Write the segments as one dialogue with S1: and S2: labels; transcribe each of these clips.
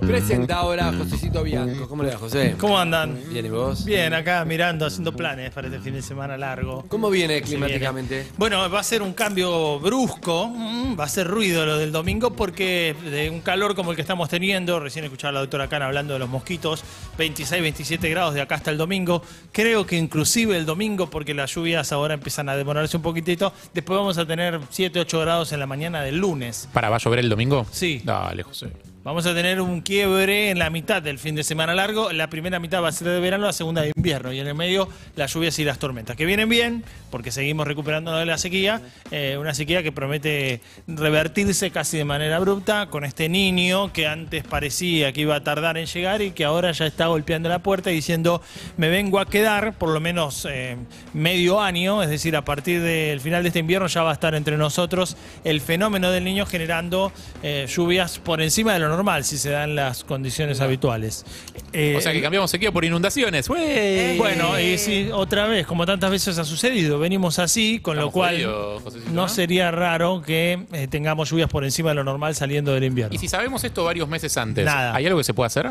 S1: Presenta ahora a Josecito Bianco. ¿Cómo le va, José?
S2: ¿Cómo andan?
S1: ¿Viene vos?
S2: Bien, acá mirando, haciendo planes para este fin de semana largo.
S1: ¿Cómo viene
S2: Se viene.
S1: climáticamente?
S2: Bueno, va a ser un cambio brusco, mm, va a ser ruido lo del domingo porque de un calor como el que estamos teniendo, recién escuchaba a la doctora Cana hablando de los mosquitos, 26, 27 grados de acá hasta el domingo, creo que inclusive el domingo porque las lluvias ahora empiezan a demorarse un poquitito, después vamos a tener 7, 8 grados en la mañana del lunes.
S3: ¿Para, va a llover el domingo?
S2: Sí.
S3: Dale, José.
S2: Vamos a tener un quiebre en la mitad del fin de semana largo. La primera mitad va a ser de verano, la segunda de invierno. Y en el medio las lluvias y las tormentas, que vienen bien, porque seguimos recuperándonos de la sequía. eh, una sequía que promete revertirse casi de manera abrupta con este niño que antes parecía que iba a tardar en llegar y que ahora ya está golpeando la puerta y diciendo, me vengo a quedar por lo menos eh, medio año, es decir, a partir del final de este invierno ya va a estar entre nosotros el fenómeno del niño generando eh, lluvias por encima de lo normal si se dan las condiciones habituales. Eh,
S3: O sea que cambiamos sequía por inundaciones. ¡Wey!
S2: bueno, y sí, otra vez, como tantas veces ha sucedido, venimos así, con lo
S3: Estamos
S2: cual
S3: jodidos, Josecito,
S2: no
S3: ¿no?
S2: sería raro que eh, tengamos lluvias por encima de lo normal saliendo del invierno.
S3: Y si sabemos esto varios meses antes,
S2: Nada.
S3: ¿hay algo que se pueda hacer?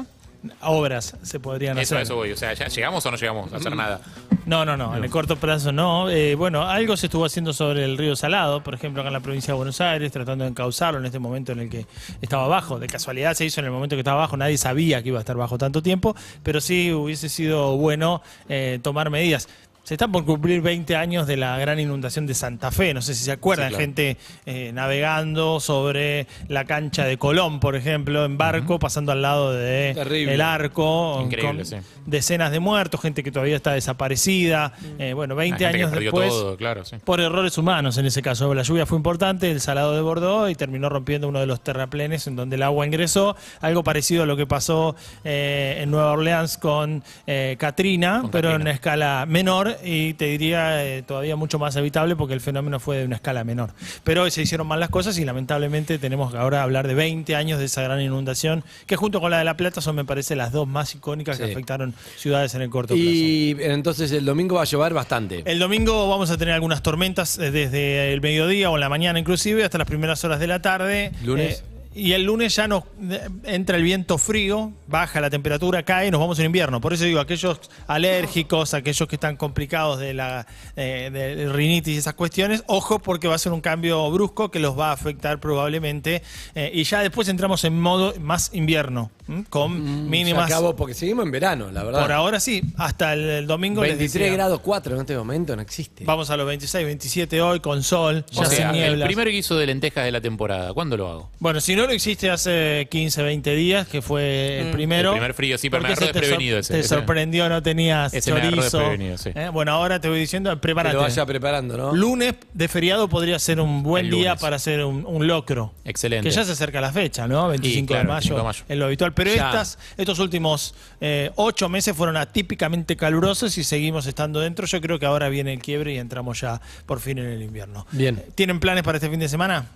S2: Obras se podrían
S3: eso,
S2: hacer.
S3: eso voy. O sea, ¿ya llegamos o no llegamos a
S2: Mm,
S3: hacer nada?
S2: No, no, no, en el corto plazo no. Eh, bueno, algo se estuvo haciendo sobre el río Salado, por ejemplo, acá en la provincia de Buenos Aires, tratando de encauzarlo en este momento en el que estaba bajo. De casualidad se hizo en el momento que estaba bajo, nadie sabía que iba a estar bajo tanto tiempo, pero sí hubiese sido bueno eh, tomar medidas. Se están por cumplir 20 años de la gran inundación de Santa Fe, no sé si se acuerdan,
S3: Sí, claro.
S2: gente eh, navegando sobre la cancha de Colón, por ejemplo, en barco, pasando al lado de
S1: Terrible.
S2: el arco, con
S3: Increíble, sí.
S2: decenas de muertos, gente que todavía está desaparecida, eh, bueno,
S3: Ah, Hay
S2: 20
S3: gente
S2: años
S3: que perdió
S2: después.
S3: todo, claro, sí.
S2: Por errores humanos en ese caso. La lluvia fue importante, el salado desbordó y terminó rompiendo uno de los terraplenes en donde el agua ingresó. Algo parecido a lo que pasó eh, en Nueva Orleans con eh, Katrina,
S3: Con
S2: pero en
S3: Katrina.
S2: una escala menor y te diría eh, todavía mucho más habitable porque el fenómeno fue de una escala menor. Pero se hicieron mal las cosas y lamentablemente tenemos que ahora hablar de 20 años de esa gran inundación que junto con la de La Plata son, me parece, las dos más icónicas que
S3: Sí.
S2: afectaron ciudades en el corto plazo.
S1: Y eh, entonces el domingo va a llover bastante.
S2: El domingo vamos a tener algunas tormentas eh, desde el mediodía o en la mañana inclusive hasta las primeras horas de la tarde.
S1: ¿Lunes?
S2: Eh, y el lunes ya nos eh, entra el viento frío, baja la temperatura, cae y nos vamos en invierno. Por eso digo, aquellos alérgicos, aquellos que están complicados de la eh, de rinitis y esas cuestiones, ojo porque va a ser un cambio brusco que los va a afectar probablemente. Eh, y ya después entramos en modo más invierno, ¿m? con
S1: Mm, Se
S2: mínimas.
S1: acabó porque seguimos en verano, la verdad.
S2: Por ahora sí, hasta el, el domingo. les
S1: 23
S2: decía.
S1: grados 4 en este momento no existe.
S2: Vamos a los 26, 27 hoy con sol, ya
S3: O
S2: se
S3: sea, el
S2: niebla.
S3: primer guiso de lentejas de la temporada, ¿cuándo lo hago?
S2: Bueno, si no lo hiciste hace 15, 20 días, que fue el primero.
S3: Mm. El primer frío, sí, pero me
S2: porque
S3: agarró
S2: se te
S3: desprevenido
S2: sor-
S3: ese,
S2: Te
S3: ese.
S2: sorprendió, no tenías
S3: Ese me agarró
S2: chorizo.
S3: desprevenido, sí.
S2: Eh, Bueno, ahora te voy diciendo,
S1: Que
S2: prepárate.
S1: lo vaya preparando, ¿no?
S2: Lunes de feriado podría ser un buen
S3: El
S2: día
S3: lunes.
S2: para hacer un, un locro.
S3: Excelente.
S2: Que ya se acerca la fecha, ¿no? 25
S3: claro,
S2: de, mayo,
S3: 25 de mayo.
S2: Es lo habitual. Pero
S1: Ya.
S2: estas, estos últimos eh, ocho meses fueron atípicamente calurosos y seguimos estando dentro. Yo creo que ahora viene el quiebre y entramos ya por fin en el invierno.
S1: Bien.
S2: ¿Tienen planes para este fin de semana?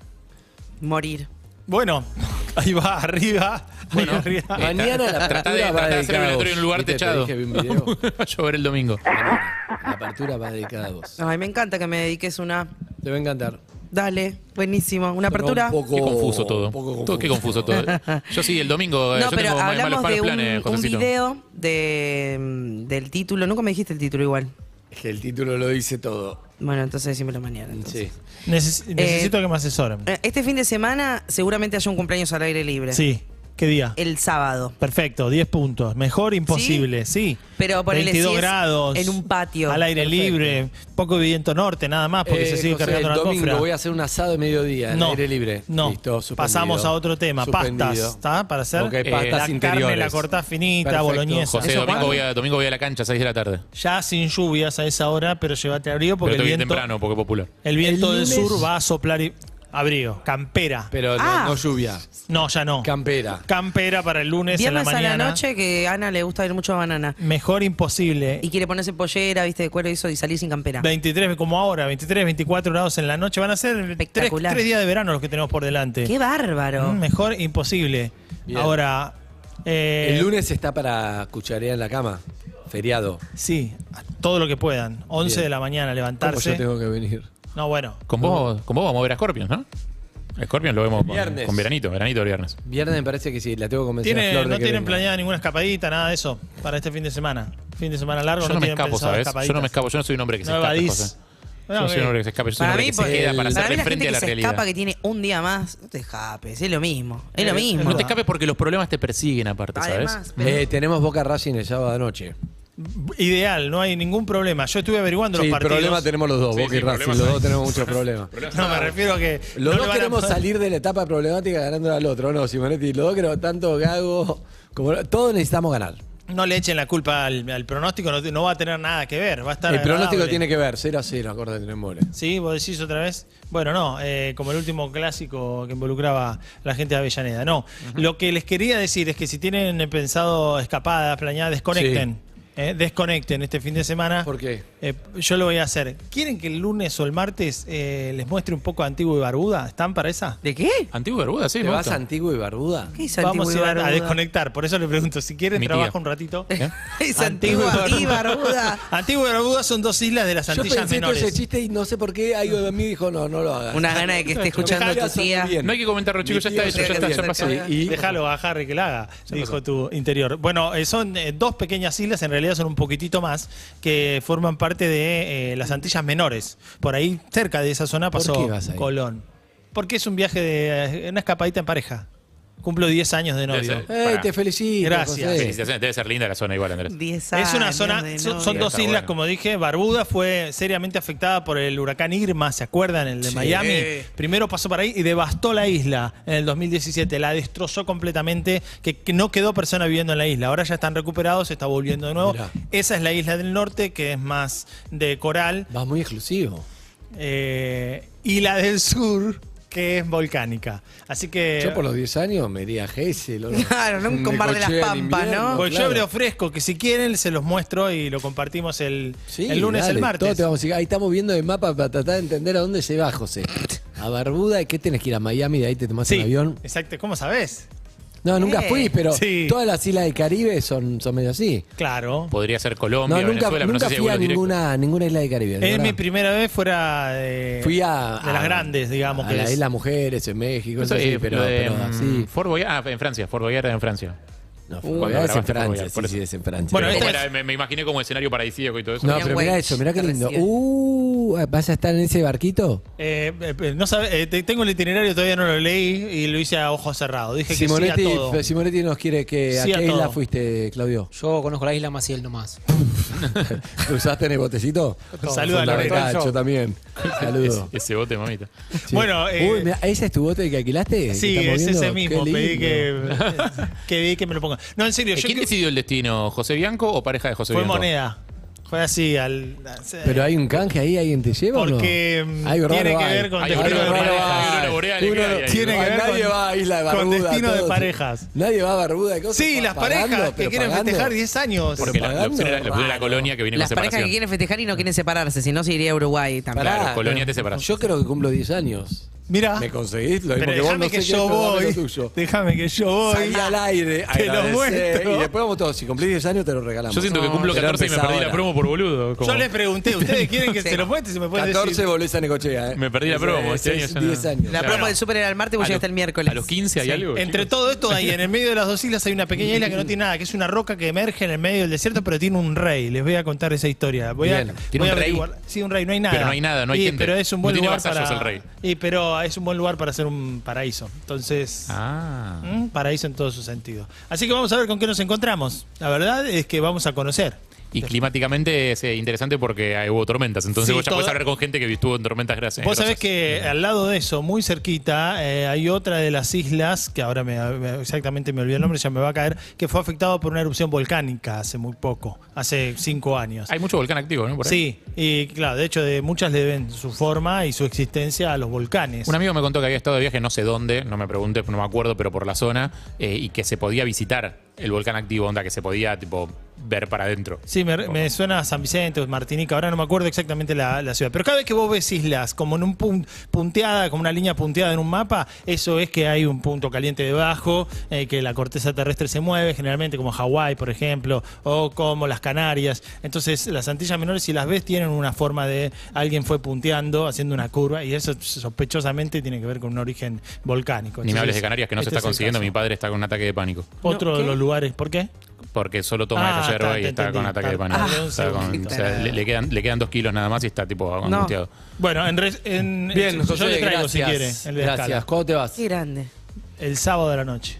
S4: Morir.
S2: Bueno, ahí va, arriba. ahí
S3: Bueno,
S2: arriba.
S3: eh,
S1: Mañana la
S3: Trata de,
S1: apertura va
S3: trata de hacer el
S1: dedicada a
S3: velatorio
S1: vos.
S3: en un lugar
S1: Viste, te
S3: techado.
S1: dije, vi un video.
S3: Va a llover el domingo.
S1: La apertura va dedicada a vos.
S4: Ay, me encanta que me dediques una.
S1: Te va a encantar.
S4: Dale, buenísimo. Una apertura.
S1: Un poco,
S3: Qué confuso todo.
S1: un poco
S3: Todo- Qué confuso todo. Yo sí, el domingo. eh,
S4: No,
S3: yo
S4: pero
S3: tengo ma- malos
S4: hablamos de un,
S3: planes,
S4: un
S3: Josecito.
S4: video de, mm, del título. Nunca me dijiste el título igual.
S1: Es que el título lo dice todo.
S4: Bueno, entonces decímelo mañana. entonces.
S1: Sí.
S2: Neces- necesito que me asesoren.
S4: Eh, Este fin de semana seguramente haya un cumpleaños al aire libre.
S2: sí, ¿qué día?
S4: El sábado.
S2: Perfecto, 10 puntos. Mejor imposible, sí.
S4: Pero ponele,
S2: 22
S4: si es
S2: grados.
S4: en un patio.
S2: Al aire
S1: Perfecto.
S2: libre. Poco viento norte, nada más, porque se
S1: Eh,
S2: sigue
S1: José,
S2: cargando la
S1: el domingo
S2: cofra.
S1: voy a hacer un asado de mediodía, al aire libre.
S2: No,
S1: Listo, suspendido.
S2: pasamos a otro tema.
S1: Suspendido.
S2: Pastas, ¿está? Para hacer
S1: Ok,
S2: eh,
S1: pastas
S2: la carne,
S1: interiores.
S2: la cortás finita,
S1: Perfecto.
S2: boloñesa.
S3: José,
S2: ¿Eso
S3: domingo
S2: cuándo?
S3: voy, a, domingo voy a la cancha a 6 de la tarde.
S2: Ya sin lluvias a esa hora, pero llévate abrigo porque
S3: pero
S2: el
S3: te voy
S2: viento,
S3: temprano porque popular.
S2: el viento
S1: El
S2: del
S1: lunes-
S2: sur va a soplar y... Abrigo, campera.
S1: Pero no-
S4: Ah.
S1: no, lluvia.
S2: No, ya no.
S1: Campera.
S2: Campera para el lunes en la
S4: Viernes a
S2: mañana.
S4: la noche que a Ana le gusta ir mucho a banana.
S2: Mejor imposible.
S4: Y quiere ponerse pollera, viste, de cuero y eso y salir sin campera.
S2: 23, como ahora, 23, 24 grados en la noche. Van a ser tres,
S4: Espectacular.
S2: tres días de verano los que tenemos por delante.
S4: ¡Qué bárbaro!
S2: Mm, Mejor imposible.
S1: Bien.
S2: Ahora. eh,
S1: El lunes está para cucharear en la cama. Feriado.
S2: Sí, a todo lo que puedan. 11 de la mañana,
S1: ¿Cómo yo
S2: levantarse.
S1: tengo que venir?
S2: No, bueno.
S3: Con vos, con vos vamos a ver a Scorpions, ¿no? Scorpions lo vemos con,
S1: Viernes.
S3: con veranito, veranito el viernes.
S1: Viernes me parece que sí, la tengo que convencer a
S2: Tiene-
S1: Flor de
S2: no
S1: que
S2: tienen
S1: venga.
S2: planeada ninguna escapadita, nada de eso, para este fin de semana. Fin de semana largo,
S3: Yo no,
S2: no,
S3: me
S2: tienen
S3: escapo,
S2: pensado
S3: ¿sabes? Yo no me
S2: escapaditas.
S3: escapo, yo no soy un hombre que se
S2: No
S3: escapa.
S2: evadís.
S3: José.
S2: No,
S3: yo no soy un
S2: ok.
S3: hombre que se escape, yo soy un
S4: Para
S3: hombre
S4: mí,
S3: que se
S4: porque-
S3: queda para
S4: para mí
S3: hacerle
S4: la gente
S3: frente a
S4: que
S3: la
S4: se
S3: realidad.
S4: escapa, que tiene un día más, no te escapes, es lo mismo. Es lo
S2: Eh,
S4: mismo.
S3: No te escapes porque los problemas te persiguen aparte, ¿sabes?
S4: Además,
S1: Eh, tenemos Boca Racing el sábado de noche.
S2: mm, Ideal, no hay ningún problema. Yo estuve averiguando
S1: Sí,
S2: los partidos.
S1: problema tenemos los dos,
S3: Sí,
S1: Boca
S3: sí,
S1: y Racing.
S3: problemas
S1: Los
S3: hay.
S1: dos tenemos muchos problemas.
S2: No, me refiero a que. no
S1: Los
S2: le
S1: dos
S2: van a
S1: queremos
S2: poder-
S1: salir de la etapa problemática ganando al otro, ¿no, Simonetti? Los dos queremos tanto Gago como... Todos necesitamos ganar.
S2: No le echen la culpa al, al pronóstico, no, te- no va a tener nada que ver. Va a estar
S1: El pronóstico
S2: agradable.
S1: tiene que ver, 0 a 0, acordate, no emboles.
S2: Sí, vos decís otra vez. Bueno, no, eh, como el último clásico que involucraba a la gente de Avellaneda. No, lo que les quería decir es que si tienen eh, pensado escapadas, planeadas, desconecten. eh, desconecten este fin de semana.
S1: ¿Por qué?
S2: Eh, yo lo voy a hacer. ¿Quieren que el lunes o el martes eh, les muestre un poco de Antiguo y Barbuda? ¿Están para esa?
S4: ¿De qué?
S3: Antiguo Bermuda, sí,
S1: ¿Te
S3: me
S1: vas
S3: gusta.
S1: antiguo y barbuda?
S4: ¿Qué es
S2: Vamos a, ir
S4: antigua
S2: a-
S4: y
S2: a
S4: barbuda?
S2: desconectar. Por eso le pregunto, si quieren,
S3: Mi tía.
S2: trabaja un ratito.
S3: ¿Eh?
S4: Es antigua y barbuda.
S2: Antiguo y Barbuda son dos islas de las
S1: Yo
S2: Antillas
S1: pensé todo
S2: Menores.
S1: ese chiste y no sé por qué algo de mí dijo, no, no lo hagas.
S4: Una gana de que esté escuchando tu tía.
S3: No hay que comentarlo, chicos, ya
S1: Mi
S3: está
S1: tío
S3: hecho, ya
S1: se
S3: está,
S4: queda
S3: ya pasó.
S4: cerca.
S3: Y-
S2: Déjalo a Harry que la haga, dijo tu interior. Bueno, eh, son eh, dos pequeñas islas, en realidad son un poquitito más, que forman parte de eh, las Antillas Menores. Por ahí, cerca de esa zona,
S1: ¿Por
S2: pasó
S1: qué vas ahí?
S2: Colón. Porque es un viaje de eh, una escapadita en pareja. Cumplo 10 años de
S3: Debe
S2: novio.
S3: ser.
S1: ¡Ey, Eh, te felicito!
S2: Gracias.
S1: José.
S3: Felicitaciones, debe ser linda la zona igual, Andrés.
S4: 10
S2: Es una
S4: años
S2: zona,
S4: de
S2: son,
S4: novio.
S2: son dos
S3: Está
S2: islas,
S3: bueno.
S2: como dije, Barbuda fue seriamente afectada por el huracán Irma, ¿se acuerdan? El de Miami. Primero pasó para ahí y devastó la isla en el 2017, la destrozó completamente, que, que no quedó persona viviendo en la isla. Ahora ya están recuperados, se está volviendo de nuevo.
S1: Mirá.
S2: Esa es la isla del norte, que es más de coral,
S1: Vas muy exclusivo.
S2: eh, y la del sur, que es volcánica. Así que...
S1: Yo por los 10 años me iría a Gessel. o no.
S4: Claro, no un
S1: Me
S4: compar de las
S1: cochea en
S4: pampas,
S1: invierno,
S4: ¿no?
S2: Pues
S1: claro.
S2: yo le ofrezco que si quieren se los muestro y lo compartimos el,
S1: Sí,
S2: el lunes,
S1: dale,
S2: el martes.
S1: todo te vamos a ir- ahí estamos viendo el mapa para tratar de entender a dónde se va, José. A Barbuda, ¿y qué tenés que ir a Miami? De ahí te tomás
S2: Sí,
S1: un avión.
S2: exacto. ¿Cómo sabes?
S1: No, nunca
S4: Eh.
S1: fui, pero
S2: Sí.
S1: todas las islas del Caribe son, son medio así.
S2: Claro.
S3: Podría ser
S1: No,
S3: Colombia,
S1: nunca,
S3: Venezuela, pero no
S1: nunca
S3: sé si hay
S1: fui a
S3: vuelos directos.
S1: ninguna, a ninguna isla del Caribe. de
S2: Es mi
S1: verdad.
S2: primera vez fuera de,
S1: Fui a,
S2: de las
S1: a-
S2: grandes, digamos.
S1: A
S2: que
S1: la
S2: es.
S1: Isla Mujeres en México, eso
S3: Eso
S1: sí,
S3: es
S1: pero,
S3: lo de,
S1: pero
S3: mm,
S1: así.
S3: Fort Boyard, ah, en Francia, Fort Boyard era en Francia.
S1: No,
S3: cuando
S1: Fort Boyard es en
S3: grabaste Fort
S1: Francia,
S3: Boyard, por
S1: sí, sí,
S3: eso.
S1: es en Francia.
S2: Bueno, este
S3: Como
S2: esta
S3: era-
S2: es-
S3: me, me imaginé como escenario paradisíaco y todo eso.
S1: no,
S4: William
S1: pero mira
S4: Wade,
S1: eso, mira qué
S4: que
S1: lindo.
S4: recién.
S1: Uh, ¿Vas a estar en ese barquito?
S2: Eh, eh, no sabe- eh, te- tengo el itinerario, todavía no lo leí y lo hice a ojos cerrados. Dije que sí a todo.
S1: Simonetti, Simonetti nos quiere que
S2: Sí
S1: a
S2: a
S1: qué isla
S2: todo.
S1: fuiste, Claudio.
S5: Yo conozco la isla Maciel nomás.
S1: ¿Usaste en el botecito?
S2: Saluda a Lorena.
S1: Yo también. Saludo.
S3: Ese, ese bote, mamita.
S1: Sí.
S2: Bueno, eh,
S1: Uy, mirá, ¿ese es tu bote que alquilaste? que
S2: Sí,
S1: estamos
S2: es ese
S1: viendo? Qué
S2: mismo. Pedí
S1: lindo.
S2: que, que pedí que me lo pongan. No, en serio,
S3: Eh,
S2: yo
S3: ¿Quién
S2: que-
S3: decidió el destino? ¿José Bianco o pareja de José
S2: fue
S3: Bianco?
S2: moneda. Fue así al.
S1: Pero hay un canje ahí, alguien te lleva o no?
S2: Porque, mm,
S1: Algo
S2: tiene
S1: raro
S2: que
S1: hay.
S2: ver con
S3: Hay
S2: destino
S3: uno
S2: de
S3: raro
S2: pareja.
S3: hay, uno boreal, y hay, hay,
S2: tiene
S3: hay.
S2: que ver
S1: nadie
S2: con-
S1: va a Isla de
S2: con
S1: Barbuda.
S2: destino de
S1: todos-
S2: parejas.
S1: Nadie va a Barbuda. y cosas,
S2: Sí,
S1: pa-
S2: las
S1: pagando,
S2: parejas que
S1: pero
S2: quieren
S1: pagando.
S2: festejar 10 años.
S3: Porque la, la
S1: Pagando,
S3: opción era, la opción era
S1: raro.
S3: Colonia que viene
S4: Las
S3: con
S4: parejas que
S3: separación.
S4: quieren festejar y no quieren separarse, si no se iría a Uruguay también.
S3: Claro,
S1: Pará,
S3: Colonia te separás.
S1: Yo creo que cumplo 10 años.
S2: Mira.
S1: ¿Me conseguís? Lo mismo
S2: Ah. Pero
S1: que vos,
S2: déjame
S1: no sé
S2: que
S1: qué,
S2: yo
S1: pero dame lo
S2: voy.
S1: tuyo.
S2: Déjame que yo voy.
S1: Salí al aire,
S2: Te lo
S1: agradecé,
S2: muestro.
S1: Y después vamos todos. Si cumplís 10 años, te lo regalamos.
S3: Yo siento que
S1: No,
S3: cumplo
S1: pero
S3: 14 y me
S1: empezá
S3: perdí la
S1: ahora.
S3: promo por boludo. como-
S2: Yo les pregunté, ¿ustedes quieren que se lo muestre? Si me pueden
S1: 14
S2: decir.
S1: volvés a Necochea, ¿eh?
S3: Me perdí la
S1: Ese- ese
S3: promo, este año
S1: es
S3: ya no.
S1: 10 años.
S4: La
S3: Claro.
S4: promo del súper era el
S3: A
S4: martes, vos llegaste
S3: los-
S4: el miércoles.
S3: A los 15 hay algo.
S2: Entre
S3: chicos.
S2: todo esto, ahí en el medio de las dos islas hay una pequeña isla que no tiene nada, que es una roca que emerge en el medio del desierto, pero tiene un rey. Les voy a contar esa historia. Voy a,
S3: Bien. ¿Tiene
S2: voy
S3: un
S2: a
S3: rey?
S2: averiguar. Sí, un rey, no hay nada.
S3: Pero no hay nada, no hay
S2: Y,
S3: gente.
S2: Pero es un
S3: No
S2: buen
S3: tiene
S2: lugar
S3: vasallos
S2: para.
S3: el rey.
S2: Y, pero es un buen lugar para hacer un paraíso. Entonces.
S3: Ah.
S2: ¿Mm? Paraíso en todo su sentido. Así que vamos a ver con qué nos encontramos. La verdad es que vamos a conocer.
S3: Y climáticamente es eh, interesante porque ah, hubo tormentas. Entonces
S2: Sí,
S3: vos ya
S2: todo-
S3: podés hablar con gente que estuvo en tormentas gracias.
S2: Vos sabés
S3: grosas.
S2: que al lado de eso, muy cerquita, eh, hay otra de las islas, que ahora me- me- exactamente me olvidé el nombre, ya me va a caer, que fue afectado por una erupción volcánica hace muy poco, hace cinco años.
S3: Hay mucho volcán activo, ¿no? Por ahí.
S2: Sí, y claro, de hecho de muchas le deben su forma y su existencia a los volcanes.
S3: Un amigo me contó que había estado de viaje no sé dónde, no me pregunté, no me acuerdo, pero por la zona, eh, y que se podía visitar el volcán activo, onda que se podía tipo ver para adentro.
S2: Sí, me, me suena a San Vicente o Martinica, ahora no me acuerdo exactamente la, la ciudad. Pero cada vez que vos ves islas como en un punto punteada, como una línea punteada en un mapa, eso es que hay un punto caliente debajo, eh, que la corteza terrestre se mueve, generalmente como Hawái, por ejemplo, o como las Canarias. Entonces, las Antillas Menores, si las ves, tienen una forma de alguien fue punteando, haciendo una curva, y eso sospechosamente tiene que ver con un origen volcánico.
S3: Ni me
S2: Entonces,
S3: hables de Canarias que no se
S2: este
S3: está
S2: es el
S3: consiguiendo,
S2: caso.
S3: mi padre está con un ataque de pánico.
S2: Otro
S4: No,
S2: de
S4: ¿qué?
S2: los lugares, ¿por qué?
S3: Porque solo toma
S2: Ah,
S3: esa yerba
S2: está,
S3: y
S2: te
S3: está con
S2: entendí.
S3: ataque de
S2: Ah,
S3: pánico.
S2: de un
S3: Está con-
S2: segundito.
S3: o sea, le, le quedan, le quedan dos kilos nada más y está tipo angustiado.
S2: Bueno, en, res- en-
S1: Bien,
S2: yo
S1: José,
S2: le traigo
S1: gracias.
S2: si quiere. El de
S1: gracias.
S2: escala.
S1: ¿Cómo te vas?
S4: Qué grande.
S2: El sábado de la noche.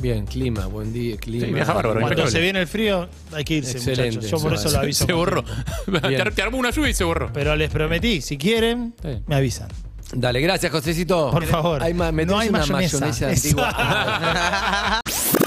S1: Bien, clima, buen día, clima.
S3: Sí, viaja bárbaro,
S1: Bueno,
S2: Cuando
S3: impecable.
S2: se viene el frío, hay que irse,
S1: Excelente.
S2: muchachos. Yo por eso lo aviso.
S3: Se
S2: con
S3: borró.
S2: tiempo.
S3: te, ar- te armó una lluvia y se borró.
S2: Pero les prometí, si quieren,
S3: Sí.
S2: me avisan.
S1: Dale, gracias, Josecito.
S2: Por favor.
S1: Hay ma- me
S2: No
S1: traes
S2: hay
S1: una
S2: mayonesa.
S1: antigua.